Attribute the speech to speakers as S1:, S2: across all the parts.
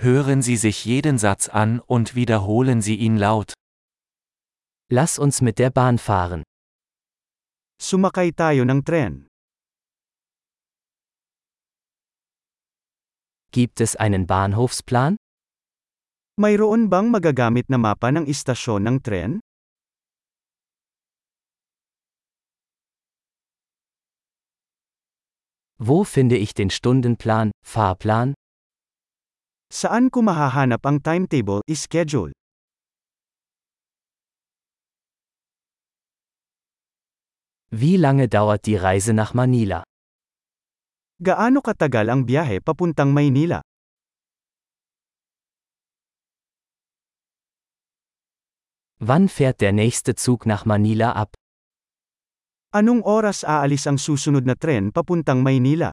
S1: Hören Sie sich jeden Satz an und wiederholen Sie ihn laut.
S2: Lass uns mit der Bahn fahren.
S3: Sumakay tayo ng tren.
S2: Gibt es einen Bahnhofsplan?
S3: Mayroon bang magagamit na mapa ng istasyon ng tren?
S2: Wo finde ich den Stundenplan, Fahrplan?
S3: Saan ko mahahanap ang timetable, schedule?
S2: Wie lange dauert die Reise nach Manila?
S3: Gaano katagal ang biyahe papuntang Maynila?
S2: Wann fährt der nächste Zug nach Manila ab?
S3: Anong oras aalis ang susunod na tren papuntang Maynila?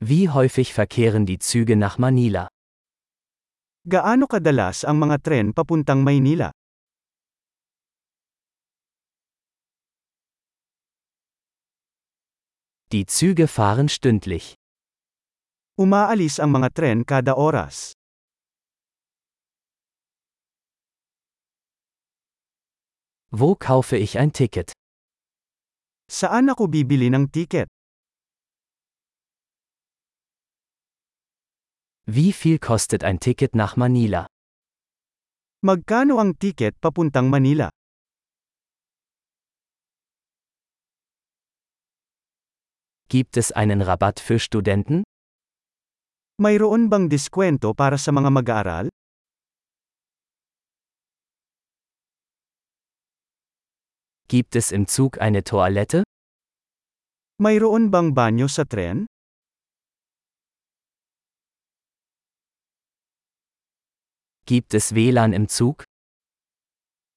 S2: Wie häufig verkehren die Züge nach Manila?
S3: Gaano kadalas ang mga tren papuntang Maynila?
S2: Die Züge fahren stündlich.
S3: Umaalis ang mga tren kada oras.
S2: Wo kaufe ich ein Ticket?
S3: Saan ako bibili ng tiket?
S2: Wie viel kostet ein Ticket nach Manila?
S3: Magkano ang tiket papuntang Manila?
S2: Gibt es einen Rabatt für Studenten?
S3: Mayroon bang diskwento para sa mga mag-aaral?
S2: Gibt es im Zug eine Toilette?
S3: Mayroon bang banyo sa tren?
S2: Gibt es WLAN im Zug?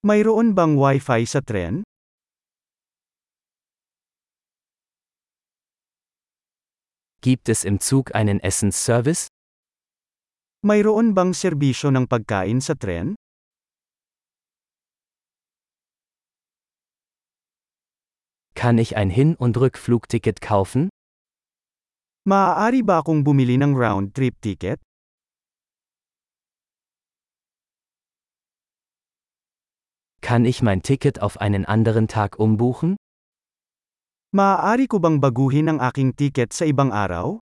S3: Mayroon bang wifi sa tren?
S2: Gibt es im Zug einen Essensservice?
S3: Mayroon bang serbisyo ng pagkain sa tren?
S2: Kann ich ein Hin- und Rückflugticket kaufen?
S3: Maaari ba akong bumili ng round-trip ticket?
S2: Kann ich mein Ticket auf einen anderen Tag umbuchen?
S3: Maaari ko bang baguhin ang aking tiket sa ibang araw?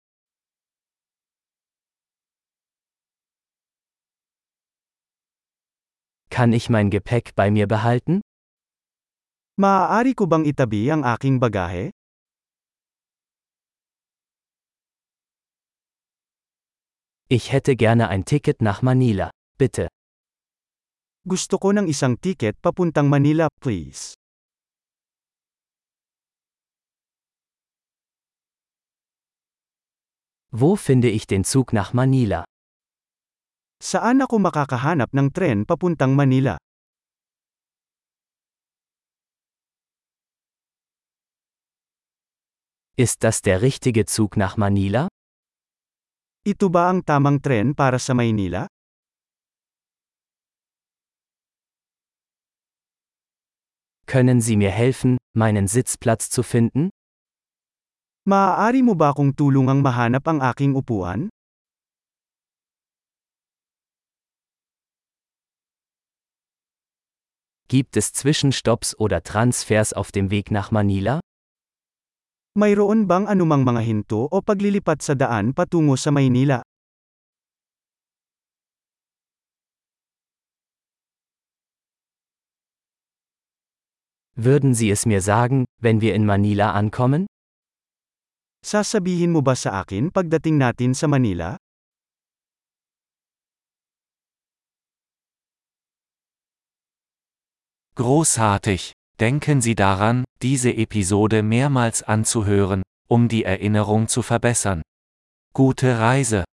S2: Kann ich mein Gepäck bei mir behalten?
S3: Maaari ko bang itabi ang aking bagahe?
S2: Ich hätte gerne ein Ticket nach Manila, bitte.
S3: Gusto ko ng isang tiket papuntang Manila, please.
S2: Wo finde ich den Zug nach Manila?
S3: Saan ako makakahanap ng tren papuntang Manila?
S2: Ist das der richtige Zug nach Manila?
S3: Ito ba ang tamang tren para sa Maynila?
S2: Können Sie mir helfen, meinen Sitzplatz zu finden?
S3: Maaari mo ba akong tulungang mahanap ang aking upuan?
S2: Gibt es Zwischenstopps oder Transfers auf dem Weg nach Manila?
S3: Mayroon bang anumang mga hinto o paglilipat sa daan patungo sa Maynila?
S2: Würden Sie es mir sagen, wenn wir in Manila ankommen?
S3: Sasabihin mo ba sa akin pagdating natin sa Manila?
S1: Großartig! Denken Sie daran, diese Episode mehrmals anzuhören, um die Erinnerung zu verbessern. Gute Reise!